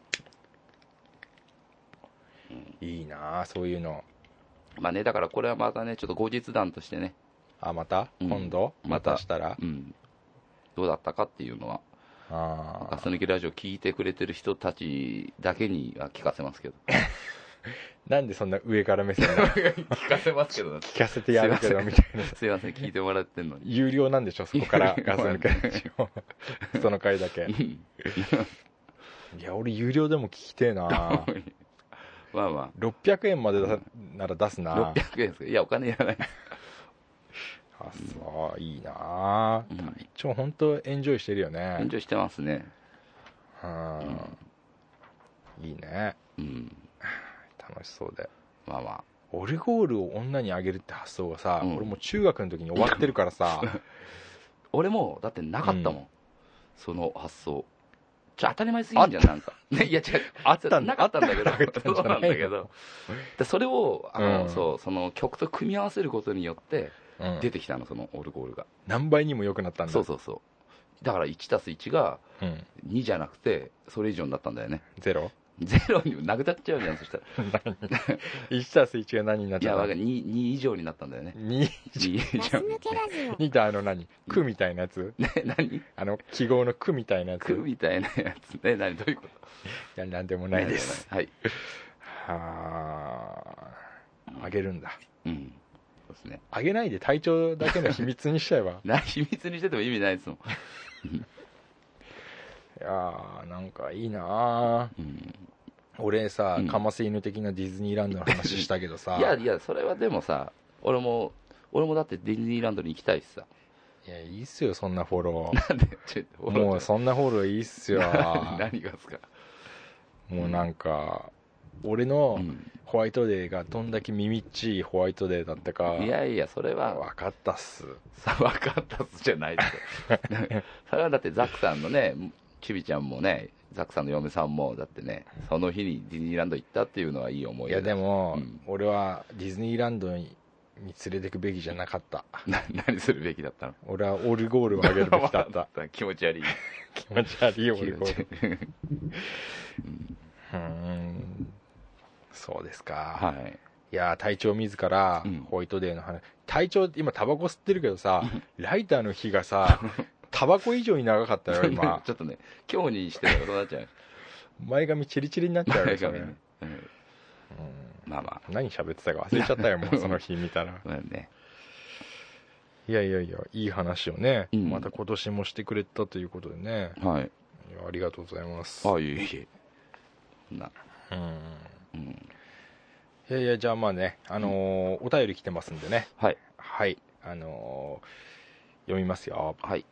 D: いいなあそういうの
C: まあねだからこれはまたねちょっと後日談としてね
D: あまた
C: うん
D: 今度、
C: ま
D: ま
C: た
D: たしたら、
C: うんどうだったかっていうのは
D: あ
C: ガ
D: あ
C: ス抜きラジオ聞いてくれてる人たちだけには聞かせますけど
D: なんでそんな上から目線なの
C: 聞かせますけど
D: 聞かせてやる
C: <laughs>
D: け
C: すい
D: ど
C: ません
D: みたいな
C: すいません聞いてもらってん <laughs> のに
D: 有料なんでしょそ
C: <laughs>
D: こからガス抜けラジオその回だけ
C: ん
D: いや俺有料でも聞きて
C: <laughs>
D: えな
C: まあま
D: 600円までだなら出す
C: あ600
D: な
C: 円ですけどいやお金いらない
D: あそういいな
C: うん
D: 体調本当エンジョイしてるよ
C: 緊
D: ね
C: 張してますね
D: うんいいね
C: うん
D: 楽しそうで
C: まあま
D: オルゴールを女にあげるって発想がさ、
C: うん
D: 俺もう中学の時に終わってるから
C: <laughs>
D: さ
C: あ俺もだってなかったもん、
D: う
C: その発想ちょ当たり前すぎんじゃんなんか、 <laughs> ね、いや違う
D: あったん
C: な
D: だ
C: かったんだ
D: あった
C: け
D: からあげたん
C: どそ
D: じゃ
C: う
D: な
C: ない
D: の
C: んだけどでそれをあの、
D: うん
C: そうその曲と組み合わせることによって
D: うん
C: 出てきたのそのオルゴールが、
D: 何倍にも良くなったんだ
C: そうそうそうだから1たす1が
D: うん
C: 2じゃなくてそれ以上になったんだよね
D: ゼロ <laughs>
C: ゼロになくなっちゃうじゃんそしたら
D: 1たす1が何になっ
C: い
D: ちゃ
C: や
D: う
C: わ
D: の
C: かんない 2, 2以上になったんだよね
D: 2,
C: 2以
E: ガス
C: 上
E: 抜けラジオ。
D: 2とあの何「く」みたいなやつ
C: ね <laughs> 何
D: あの記号の「く」みたいなや
C: く
D: つ
C: みたいなやつね何どういうこ
D: いやなんでも
C: と
D: ないです
C: はい、
D: はああげるんだ
C: うん、そうですね
D: あげないで体調だけの秘密にしち
C: <laughs>
D: ゃえば
C: な秘密にしてても意味ないですもん、
D: いやーなんかいいなー
C: うん
D: 俺さ、
C: うん
D: カマス犬的なディズニーランドの話したけどさ
C: <laughs> いやいやそれはでもさ俺も俺もだってディズニーランドに行きたいしさ <laughs>
D: いやいいっすよそんなフォロ
C: なんでちょっと
D: ーもうそんなフォローいいっすよ
C: <laughs> 何がですか、
D: もうなんか俺
C: う
D: の
C: ん
D: ホワイトデーがどんだけみみっちいホワイトデーだったか
C: いやいやそれは
D: 分かったっす
C: さ分かったっすじゃないです
D: <laughs>
C: よそれはだってザックさんのねチビちゃんもねザックさんの嫁さんもだってねその日にディズニーランド行ったっていうのはいい思い
D: い
C: 出
D: や
C: だ
D: でも、
C: うん
D: 俺はディズニーランドにに連れてくべきじゃなかった
C: な何するべきだったの
D: 俺はオルゴールをあげるべきだった
C: <laughs> 気持ち悪い
D: 気持ち悪いよオ
C: 気
D: ルゴ
C: 持ち
D: ール
C: 悪い
D: うーんそうですか、
C: はい
D: いやー隊長自ら
C: うん
D: ホワイトデーの話、隊長って今タバコ吸ってるけどさライターの火
C: <laughs>
D: がさタバコ以上に長かったよ今
C: ちょっとね今日にしてたらどうなっちゃう
D: 前髪チリチリになっちゃうよそれ、
C: ねうん
D: うん
C: まあま
D: 何喋ってたか忘れちゃったよもうその日
C: <laughs>
D: 見たら
C: あまあね
D: いやいやいやいい話をね、
C: うん
D: また今年もしてくれたということでね
C: はい
D: いやありがとうございます、
C: あいえいえそんな
D: うん
C: うん
D: いやいやじゃあまあねあのーお便り来てますんでね
C: はい
D: はいあのー読みますよ
C: はい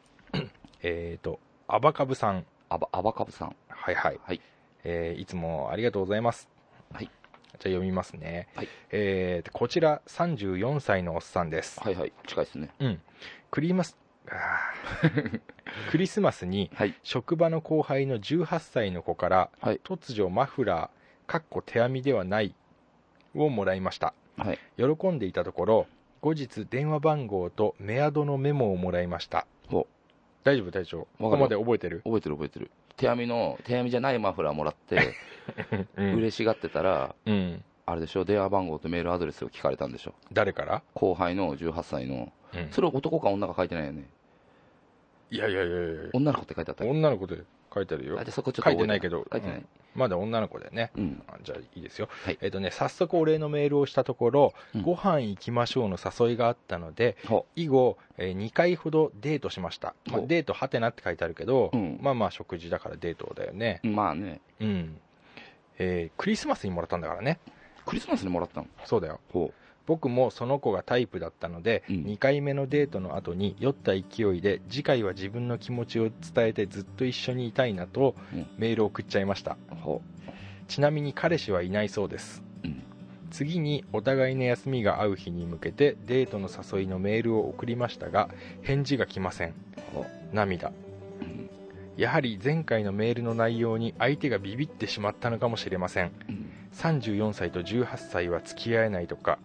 D: えっ、とアバカブさん
C: アバアバカブさん
D: はいはい
C: はい
D: えーいつもありがとうございます。
C: はい
D: じゃあ読みますね。
C: はい
D: えーこちら34歳のおっさんです。
C: はいはい近いですね
D: クリマス、あ
C: <laughs>
D: ークリスマスに
C: はい
D: 職場の後輩の18歳の子から、
C: はい
D: 突如マフラー、かっこ手編みではないをもらいました。
C: はい
D: 喜んでいたところ、後日電話番号とメアドのメモをもらいました
C: お。
D: 大丈夫大丈夫
C: わか
D: ここ
C: る
D: まで覚えてる、
C: 覚えてる覚えてる手編みの手編みじゃないマフラーもらって
D: うん、
C: 嬉しがってたら
D: うん。
C: あれでしょ電話番号とメールアドレスを聞かれたんでしょ
D: 誰から、
C: 後輩の18歳の
D: うん
C: それ男か女か書いてないよね
D: いやいやいやいや
C: 女の子って書いてあったっけ
D: 女の子で書いてあるよ
C: あじゃあそこちょっと
D: 書いてないけ
C: ど
D: ど
C: 書いてない
D: まだ女の子だよね
C: うん
D: あじゃあいいですよ、
C: はい
D: えっ、とね早速お礼のメールをしたところ、
C: うん
D: ご飯行きましょうの誘いがあったので
C: ほ
D: 以後、え2回ほどデートしました、まあ
C: ほう
D: デートはてなって書いてあるけど、
C: うん
D: まあまあ食事だからデートだよね
C: まあね
D: うん、えークリスマスにもらったんだからね
C: クリスマスにもらったの
D: そうだよ
C: ほ
D: 僕もその子がタイプだったので、
C: うん
D: 2回目のデートの後に酔った勢いで次回は自分の気持ちを伝えてずっと一緒にいたいなと
C: うん
D: メールを送っちゃいました、
C: うほ
D: ちなみに彼氏はいないそうです、
C: うん
D: 次にお互いの休みが合う日に向けてデートの誘いのメールを送りましたが返事が来ません
C: うほ
D: 涙
C: ううん
D: やはり前回のメールの内容に相手がビビってしまったのかもしれません
C: うん
D: 34歳と18歳は付き合えないとか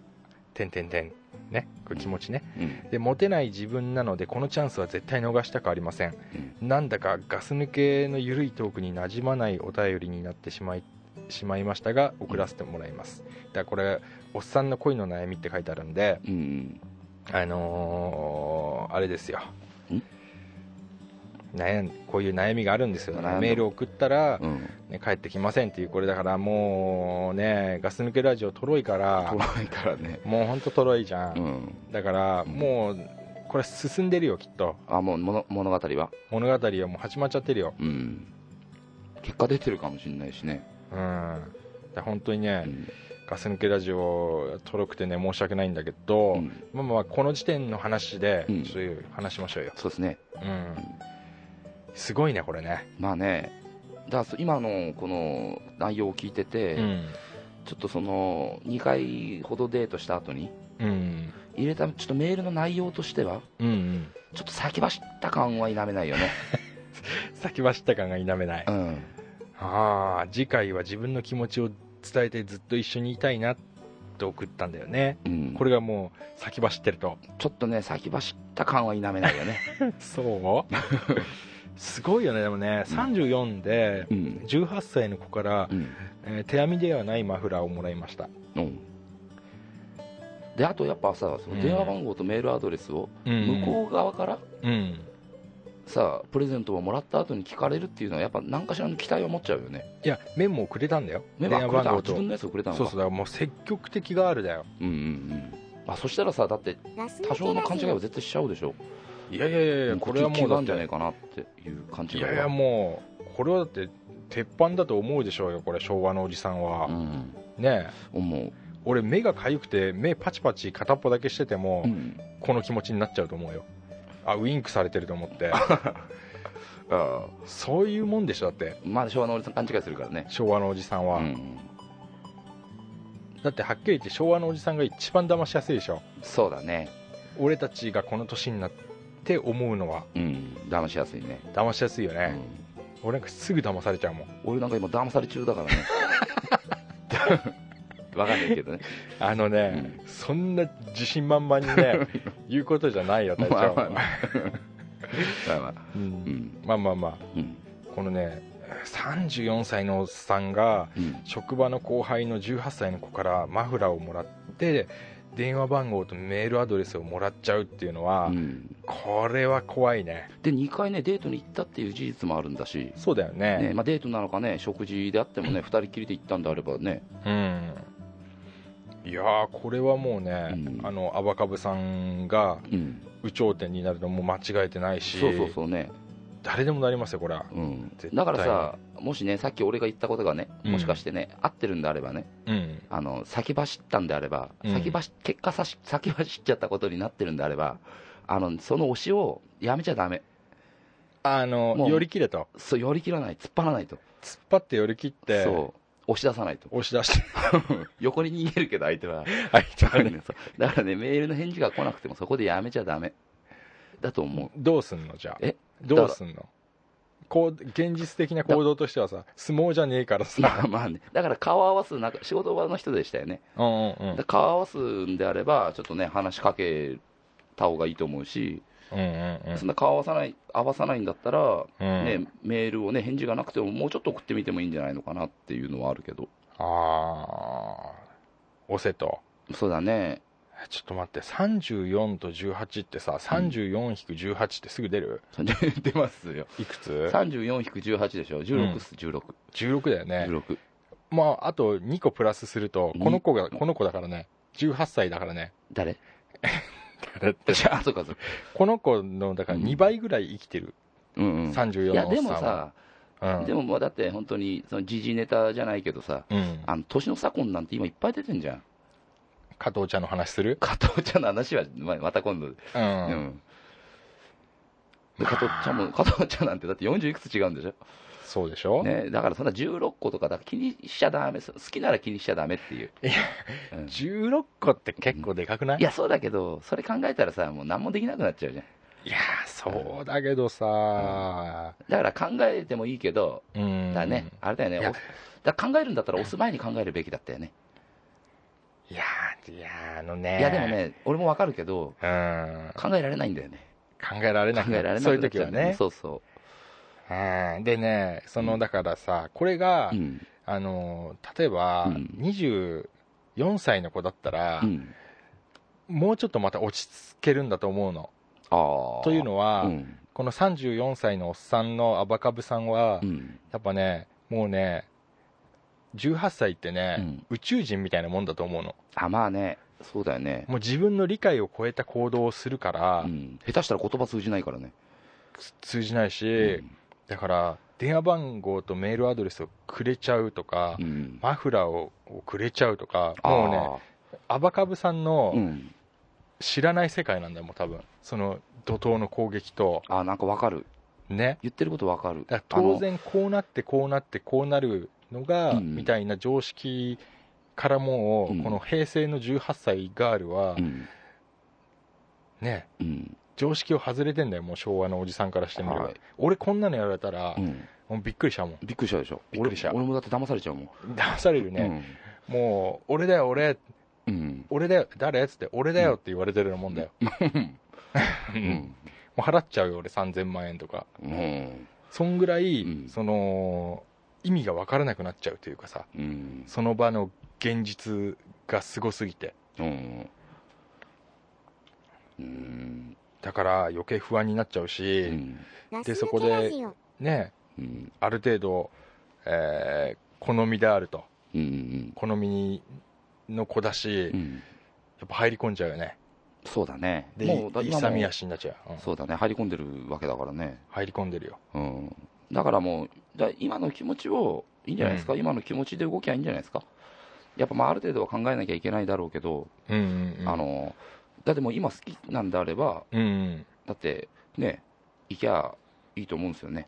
D: 点点点ねこれ気持ちね
C: うん
D: でモテない自分なのでこのチャンスは絶対逃したくありません、なんだかガス抜けの緩いトークになじまないお便りになってしまいしまいましたが送らせてもらいますだからこれ「おっさんの恋の悩み」って書いてあるんで
C: うん
D: あのーあれですよ
C: ん
D: 悩んこういう悩みがあるんですよ
C: 悩む
D: メール送ったら、
C: うん
D: ね、帰ってきませんっていうこれだからもうねガス抜けラジオとろいから
C: とろいからね
D: もうほんととろいじゃん、
C: うん
D: だからもうこれ進んでるよきっと
C: あもうもの物語は
D: 物語はもう始まっちゃってるよ
C: うん結果出てるかもしれないしね、
D: うんだから本当に
C: う
D: ね、
C: ん
D: ガス抜けラジオとろくてね申し訳ないんだけど、
C: うん
D: まあまあこの時点の話で
C: うん
D: そういう話しましょうよ
C: そうですね
D: うん、すごいねこれね
C: まあねだから今のこの内容を聞いてて、
D: うん
C: ちょっとその2回ほどデートした後に
D: うん
C: 入れたちょっとメールの内容としては
D: うんうん
C: ちょっと先走った感は否めないよね、
D: 先走った感が否めない、
C: うん、
D: ああ次回は自分の気持ちを伝えてずっと一緒にいたいなと送ったんだよね
C: うん、
D: こ
C: これ
D: れがもう先走ってると
C: <laughs> ちょっとね先走った感は否めないよね
D: そうすごいよねでもね34で
C: うん
D: 18歳の子から、
C: うん
D: えー手編みではないマフラーをもらいました、
C: うんであとやっぱさその電話番号とメールアドレスを
D: うん
C: 向こう側から
D: うん
C: さプレゼントをもらった後に聞かれるっていうのはやっぱ何かしらの期待を持っちゃうよね
D: いやメモをくれたんだよ
C: メ
D: 電
C: ンバ
D: 話
C: ーくれた
D: 番号
C: 自
D: と
C: 分のやつをくれたのか
D: そうそうだからもう積極的があるだよ
C: うんうんうんあそしたらさだって多少の勘違いは絶対しちゃうでしょ
D: いやいやいやいやこれはもうだ
C: な
D: っ
C: んじゃ
D: て
C: ないかなっていう感じ
D: いやいやもうこれはだって鉄板だと思うでしょうよこれ昭和のおじさんは、
C: うん
D: ねえ
C: 思
D: 俺目が痒くて目パチパチ片っぽだけしてても、
C: う、うん、
D: この気持ちになっちゃうと思うよあウインクされてると思って <laughs>
C: あ
D: そういうもんでしょだって
C: まあ昭和の俺さん勘違いするからね
D: 昭和のおじさん
C: う
D: は、
C: ん
D: だってはっきり言って昭和のおじさんが一番騙しやすいでしょ
C: そうだね
D: 俺たちがこの年になって思うのは
C: うん騙しやすいね、
D: 騙しやすいよ
C: う
D: ね、
C: ん
D: 俺なんかすぐ騙されちゃうもん
C: 俺なんか今騙され中だからね
D: <laughs>
C: <laughs> わかんないけどね
D: あのね、そんな自信満々に <laughs> ね言うことじゃないよ隊長、
C: まあまあままあまあ
D: う
C: うんん
D: まあまあま
C: うん
D: あこのね34歳のおっさんが
C: うん
D: 職場の後輩の18歳の子からマフラーをもらって電話番号とメールアドレスをもらっちゃうっていうのは、
C: うん
D: これは怖いね
C: で2回ねデートに行ったっていう事実もあるんだし、
D: そうだよ
C: ね
D: ね
C: まあ、デートなのかね食事であってもね2人きりで行ったんであればね
D: うんいやーこれはもうね、
C: うん
D: あのアバカブさんが
C: うん
D: 有頂天になるのも間違えてないし
C: そうそうそうね、
D: 誰でもなりますよこれは
C: うん
D: 絶対、に
C: だからさもしねさっき俺が言ったことがね
D: うん
C: もしかしてね、合ってるんであればね
D: うん
C: あの先走ったんであれば、
D: うん
C: 先走結果さし <laughs> 先走っちゃったことになってるんであればあのその推しをやめちゃダメ
D: あの
C: もう
D: 寄り切れと
C: そう寄り切らない突っ張らないと、
D: 突っ張って寄り切って
C: そう押し出さないと
D: 押し出して
C: 横に逃げるけど相手
D: <laughs>
C: は
D: 相手はね
C: そうだからねメールの返事が来なくてもそこでやめちゃダメだと思う
D: どうすんのじゃあ
C: え
D: どうすんのこう現実的な行動としてはさ相撲じゃねえから
C: ま
D: さ
C: あまあね、だから顔合わすなんか仕事場の人でしたよね、
D: うんうんう
C: だか
D: ん
C: ら顔合わすんであれば、ちょっとね、話しかけた方がいいと思うし、
D: うんうん
C: そんな顔合わさない合わさないんだったら、
D: うん
C: ねメールを、ね、返事がなくても、もうちょっと送ってみてもいいんじゃないのかなっていうのはあるけど、
D: ああ押せと
C: そうだね、
D: ちょっと待って34と18ってさ34-18ってすぐ出る、
C: 30出ますよ、
D: いくつ
C: 34-18でしょ、16っす、16、
D: 16だよね
C: 16、
D: まああと2個プラスすると
C: に
D: この子がこの子だからね18歳だからね
C: 誰
D: 誰って
C: じゃあ、そうか、そうか、
D: この子のだから2倍ぐらい生きてる、
C: うんうん、
D: 34
C: いや、
D: のおっ
C: で
D: さん
C: も
D: は
C: さ、
D: うん
C: でもまあだって、本当に、その時事ネタじゃないけどさ、
D: うん、
C: あの年の差婚なんて今いっぱい出てんじゃん。
D: 加藤ちゃんの話する、
C: 加藤ちゃんの話はままた今度、
D: う
C: うん
D: ん
C: で加藤ちゃんも加藤ちゃんなんてだって40いくつ違うんでし
D: そうでし
C: ょ、
D: ょ、
C: ね、だからそんな16個とかだから気にしちゃダメそ好きなら気にしちゃダメっていう
D: いや
C: うん
D: 16個って結構でかくない、
C: いやそうだけどそれ考えたらさもう何もできなくなっちゃうじゃん
D: いやそうだけどさ、
C: だから考えてもいいけど
D: うん
C: だからね、あれだよね
D: いや
C: おだから考えるんだったら押す前に考えるべきだったよね、
D: いやーいやーあのね
C: いやでもね俺もわかるけど
D: うん
C: 考えられないんだよね
D: 考えられ
C: 考
D: なく
C: え
D: な
C: られなくなっちゃう
D: るそういう時は
C: んだよ
D: ね
C: そうそ
D: うんでねそうの
C: ん
D: だからさこれが、
C: ううん
D: あの例えば、
C: うん
D: 24歳の子だったら、
C: うん
D: もうちょっとまた落ち着けるんだと思うの
C: ああ
D: というのは、
C: うん
D: この34歳のおっさんのアバカブさんは、
C: うん
D: やっぱねもうね18歳ってね、
C: うん
D: 宇宙人みたいなもんだと思うの
C: あまあねそうだよね、
D: もう自分の理解を超えた行動をするから、
C: うん、下手したら言葉通じないからね、
D: 通じないし、
C: うん
D: だから電話番号とメールアドレスをくれちゃうとか、
C: うん
D: マフラーををくれちゃうとか
C: あ
D: もう
C: ー
D: ねアバカブさん
C: う
D: の
C: ん、
D: 知らない世界なんだよもう多分その怒涛の攻撃と
C: あーなんかわかる
D: ね
C: 言ってることわかる
D: だから当然こうなってこうなってこうなるのが、
C: うん
D: みたいな常識からもう、
C: うん
D: この平成の18歳ガールは、
C: あのうん
D: ね
C: うん
D: 常識を外れてんだよもう昭和のおじさんからしてみれば、
C: はい
D: 俺こんなのやられたら、
C: うん
D: もうびっくりしたもん
C: びっくりしたでしょ
D: びっくりした
C: 俺俺もだって騙されちゃうもん
D: 騙されるね、もう俺だよ俺
C: うん
D: 俺だよ誰っつって俺だよって言われてるようなもんだよ、 <laughs>
C: うん、うん
D: う払っちゃうよ俺3000万円とか
C: うん
D: そんぐらい、
C: うん
D: その意味が分からなくなっちゃうというかさ
C: うん
D: その場の現実がすごすぎて
C: うんうん
D: だから余計不安になっちゃうし、
C: うん
D: でそこでね
C: うん
D: ある程度、えー好みであると
C: うん
D: 好みの子だし、
C: う
D: や
C: ん
D: っぱ入り込んじゃうよね
C: そうだね
D: で
C: もうだ今も
D: 勇み足になっちゃう、うん
C: そうだね入り込んでるわけだからね
D: 入り込んでるよ
C: うんだからもうだ今の気持ちをいいんじゃないですか、今の気持ちで動きゃいいんじゃないですかやっぱまあある程度は考えなきゃいけないだろうけど、
D: うんうんうん
C: あのだってもう今好きなんであれば
D: うんうん
C: だってね行きゃいいと思うんですよね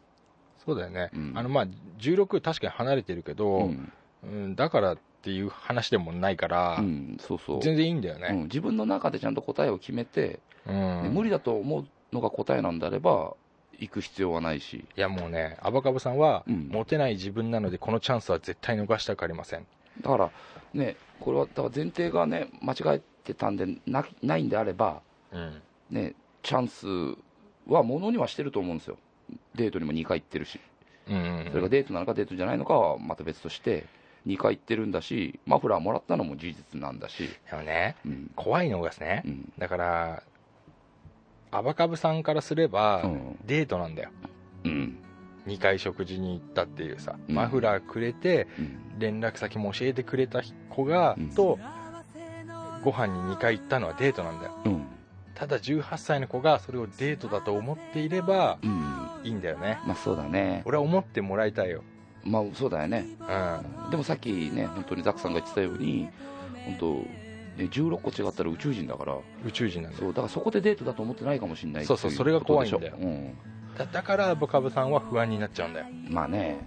D: そうだよね、
C: うん
D: あのまあ16確かに離れてるけ
C: う
D: ど、
C: ん、
D: うんだからっていう話でもないから、
C: うんそうそう、
D: 全然いいんだよ
C: うん
D: ね、
C: 自分の中でちゃんと答えを決めて、
D: うん
C: で無理だと思うのが答えなんであれば行く必要はないし、
D: いやもうねアバカブさんは、
C: うん
D: モテない自分なのでこのチャンスは絶対逃したくありません
C: だからねこれはだから前提がね間違えてたんでなないんであれば
D: うん
C: ね、チャンスはものにはしてると思うんですよ、デートにも2回行ってるし、
D: うんうん
C: それがデートなのかデートじゃないのかはまた別として、2回行ってるんだし、マフラーもらったのも事実なんだし、
D: でもね
C: うん、
D: 怖いのがですね
C: うん、
D: だからアバカブさんからすれば、
C: うん
D: デートなんだよ
C: うん、
D: 2回食事に行ったっていうさ、
C: うん
D: マフラーくれて
C: うん、
D: 連絡先も教えてくれた子が、
C: うん
D: とご飯に2回行ったのはデートなんだよ
C: うん、
D: ただ18歳の子がそれをデートだと思っていれば
C: うん、ま
D: いいんだよね
C: あそうだね、
D: 俺は思ってもらいたいよ
C: まあそうだよね、
D: うん
C: でもさっきね、本当にザクさんが言ってたように、本当、ね16個違ったら宇宙人だから、
D: 宇宙人なんだ
C: そ
D: よ
C: うだからそこでデートだと思ってないかもしれない
D: そうそ
C: っ
D: う
C: てい
D: それが怖いんだよ
C: ことでしょ
D: だだからアバカブさんは不安になっちゃうんだよ
C: うん、まあね、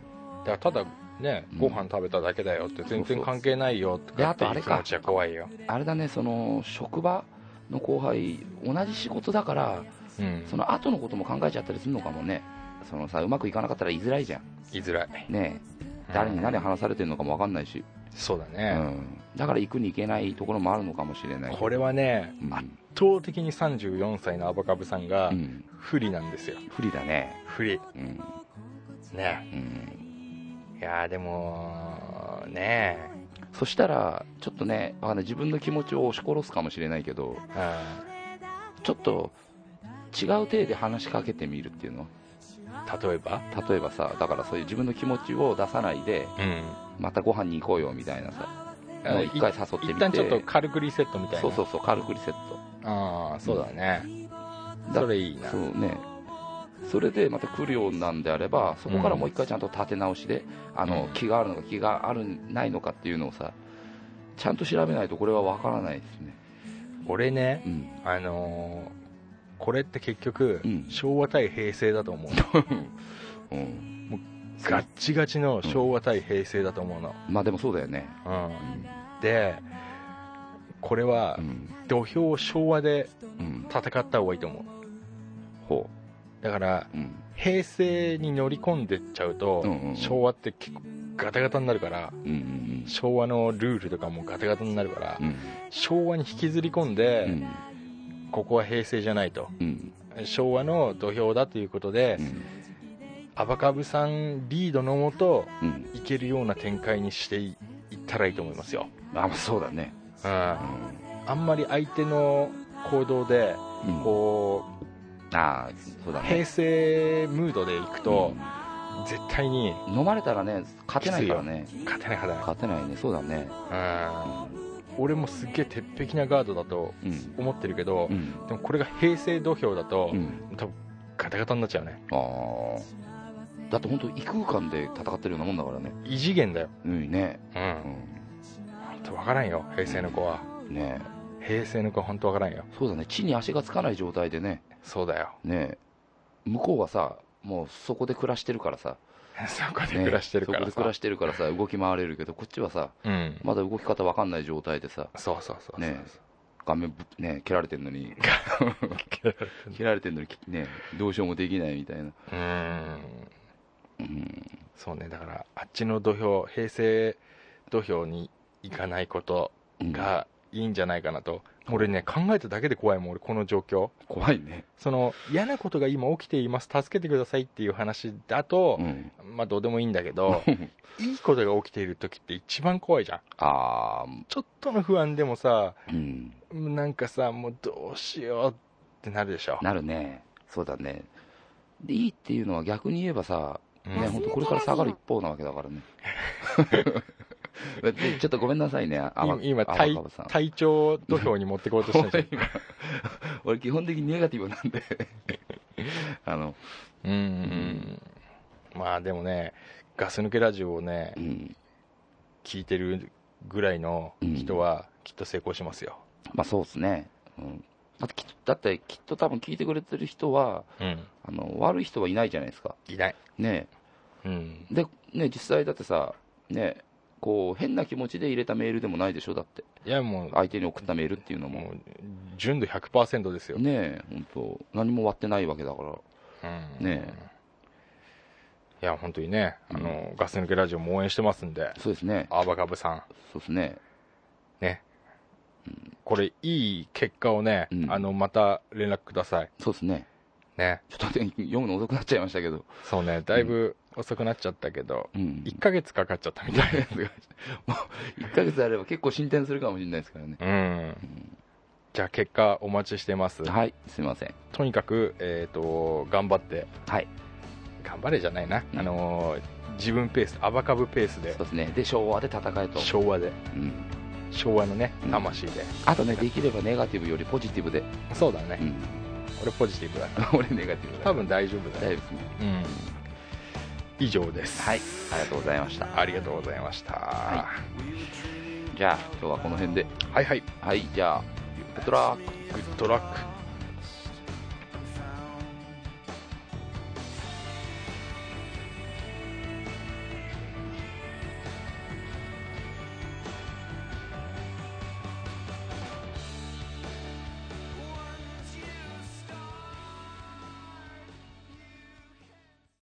D: だからただね
C: うん
D: ご飯食べただけだよって全
C: そうそ
D: 然
C: う
D: 関係ないよと
C: であ
D: かって
C: とあ
D: いう
C: れ
D: 気
C: か
D: 持ちは怖いよ、
C: あれだねその職場の後輩同じ仕事だから
D: うん、
C: その後のことも考えちゃったりするのかもねそのさうまくいかなかったら言いづらいじゃん
D: 言いづらい
C: ねえ誰に
D: うん
C: 何話されてるのかも分かんないし、
D: そうだ
C: う
D: ね、
C: ん、だから行くに行けないところもあるのかもしれない
D: これはね
C: うん
D: 圧倒的に34歳のアバカブさんが
C: うん
D: 不利なんですよ
C: 不利だね
D: 不利
C: うん
D: ね
C: うん
D: いやーでもね
C: そしたらちょっとねわかんない自分の気持ちを押し殺すかもしれないけど
D: え
C: ちょっと違う体で話しかけてみるっていうの
D: うん、例えば
C: 例えばさだからそういう自分の気持ちを出さないで
D: うんま
C: またご飯に行こうよみたいなさ
D: あ
C: もう一回誘ってみて
D: 一旦ちょっと軽くリセットみたいな
C: そうそうそう軽くリセット
D: ああそうだね、
C: だ
D: それいいな
C: そうねそれでまた来るようなんであればそこからもう一回ちゃんと立て直しで、あの
D: うん
C: 気があるのか気があるないのかっていうのをさちゃんと調べないとこれはわからないですね
D: 俺ね、
C: うん
D: あのーこれって結局、
C: うん
D: 昭和対平成だ
C: <laughs>
D: と思う
C: うん
D: ガッチガチの昭和対平成だと思うの、
C: まあでもそうだよね
D: うん
C: うん
D: でこれは
C: うん、
D: 土俵を昭和で
C: うん、
D: 戦った方がいいと思
C: ほ
D: うだから
C: う、うん
D: 平成に乗り込んでっちゃうと、
C: うんうんうん
D: 昭和って結構ガタガタになるから
C: うんうん
D: 昭和のルールとかもガタガタになるから、
C: うん
D: 昭和に引きずり込ん
C: う
D: で、
C: ん
D: ここは平成じゃないと
C: うん
D: 昭和の土俵だということで、
C: うん
D: アバカブさんリードのもと
C: うん
D: いけるような展開にしていったらいいと思いますよ、
C: あまあそうだね
D: うん、
C: う
D: あ
C: ん
D: んまり相手の行動で
C: うん
D: こ
C: ああそうだ
D: う
C: ね
D: 平成ムードでいくと絶対に
C: うん飲まれたらね勝てないからね
D: 勝てないはず
C: 勝てないねそうだね
D: だ、うん、俺もすっげえ鉄壁なガードだと
C: うん
D: 思ってるけど
C: う、ん
D: でもこれが平成土俵だと、
C: うん
D: 多分ガタガタになっちゃうね
C: ああだって本当異空間で戦ってるようなもんだからね
D: 異次元だよ、
C: うんね
D: う、
C: うんん
D: ほんと分からんよ平成の子は
C: ね
D: 平成の子は本当分からんよ
C: そうだね地に足がつかない状態でね
D: そうだ
C: <laughs>
D: よ
C: ね向こうはさもうそこで暮らしてるからさ、
D: そこで
C: ね
D: 暮らしてるから
C: そこ
D: さ、
C: で暮らしてるからさ動き回れるけどこっちはさ
D: うん
C: まだ動き方わかんない状態でさ
D: そうそうそうそう
C: ね顔面ぶね蹴られてんのに <laughs> 蹴られてんのにねどうしようもできないみたいな
D: うーん
C: うん
D: そうねだからあっちの土俵平成土俵に行かないこと
C: うん
D: がいいんじゃないかなと、もう俺ね考えただけで怖いもん俺この状況
C: 怖いね、
D: その嫌なことが今起きています助けてくださいっていう話だと
C: う、ん、
D: まあどうでもいいんだ
C: <laughs>
D: けどいいことが起きている時って一番怖いじゃん
C: ああ
D: ちょっとの不安でもさ
C: うん
D: なんかさもうどうしようってなるでしょ、
C: なるねそうだねでいいっていうのは逆に言えばさ、
D: うん
C: ね、本当これから下がる一方なわけだから
D: <laughs>
C: ねだってちょっとごめんなさいねあわ
D: 今今
C: あわ
D: 体
C: かぶさん
D: 体調土俵に持ってこうとしてるじゃん
C: <laughs> 俺基本的にネガティブなん
D: <laughs>
C: であの、
D: うんうんうんまあでもねガス抜けラジオをね
C: うん
D: 聞いてるぐらいの人はきっと成功しますよ、
C: まあそうですね、うん、だってきだってきっと多分聞いてくれてる人は
D: うん、
C: あの悪い人はいないじゃないですか
D: いない、
C: ね
D: うん、
C: でね実際だってさねこう変な気持ちで入れたメールでもないでしょだって
D: いやもう
C: 相手に送ったメールっていうのも
D: もう純度100%ですよ、
C: ねえ本当何も割ってないわけだから
D: うん
C: ね
D: いや本当にねあの、ガス抜けラジオも応援してますんで
C: そうですね
D: アーバカブさん
C: そうですね
D: ねこれいい結果をね、
C: うん
D: あのまた連絡ください
C: そうですね
D: ね
C: ちょっと待って読むの遅くなっちゃいましたけど
D: そうねだいぶ遅くなっちゃったけど、
C: うん <laughs>
D: 1ヶ月かかっちゃったみたい
C: もう1ヶ月あれば結構進展するかもしれないですからね
D: うんじゃあ結果お待ちしてます
C: はいすいません
D: とにかく、えー、と頑張って
C: はい
D: 頑張れじゃないな、
C: うん
D: あのー自分ペースアバカブペースで
C: そうですねで昭和で戦えと、
D: 昭和で
C: うん、
D: 昭和のね
C: うん
D: 魂で、
C: あとねできればネガティブよりポジティブで、
D: そうだね、
C: うん、 <laughs>
D: 俺ポジティブだ
C: 俺ネガティブだ
D: 多分大丈夫
C: 大
D: だ
C: 丈夫
D: ね、
C: ですね
D: うん、以上です
C: はいありがとうございました
D: ありがとうございましたは
C: じゃあ今日はこの辺で
D: いはい
C: はいじゃあグッドラック
D: グッドラック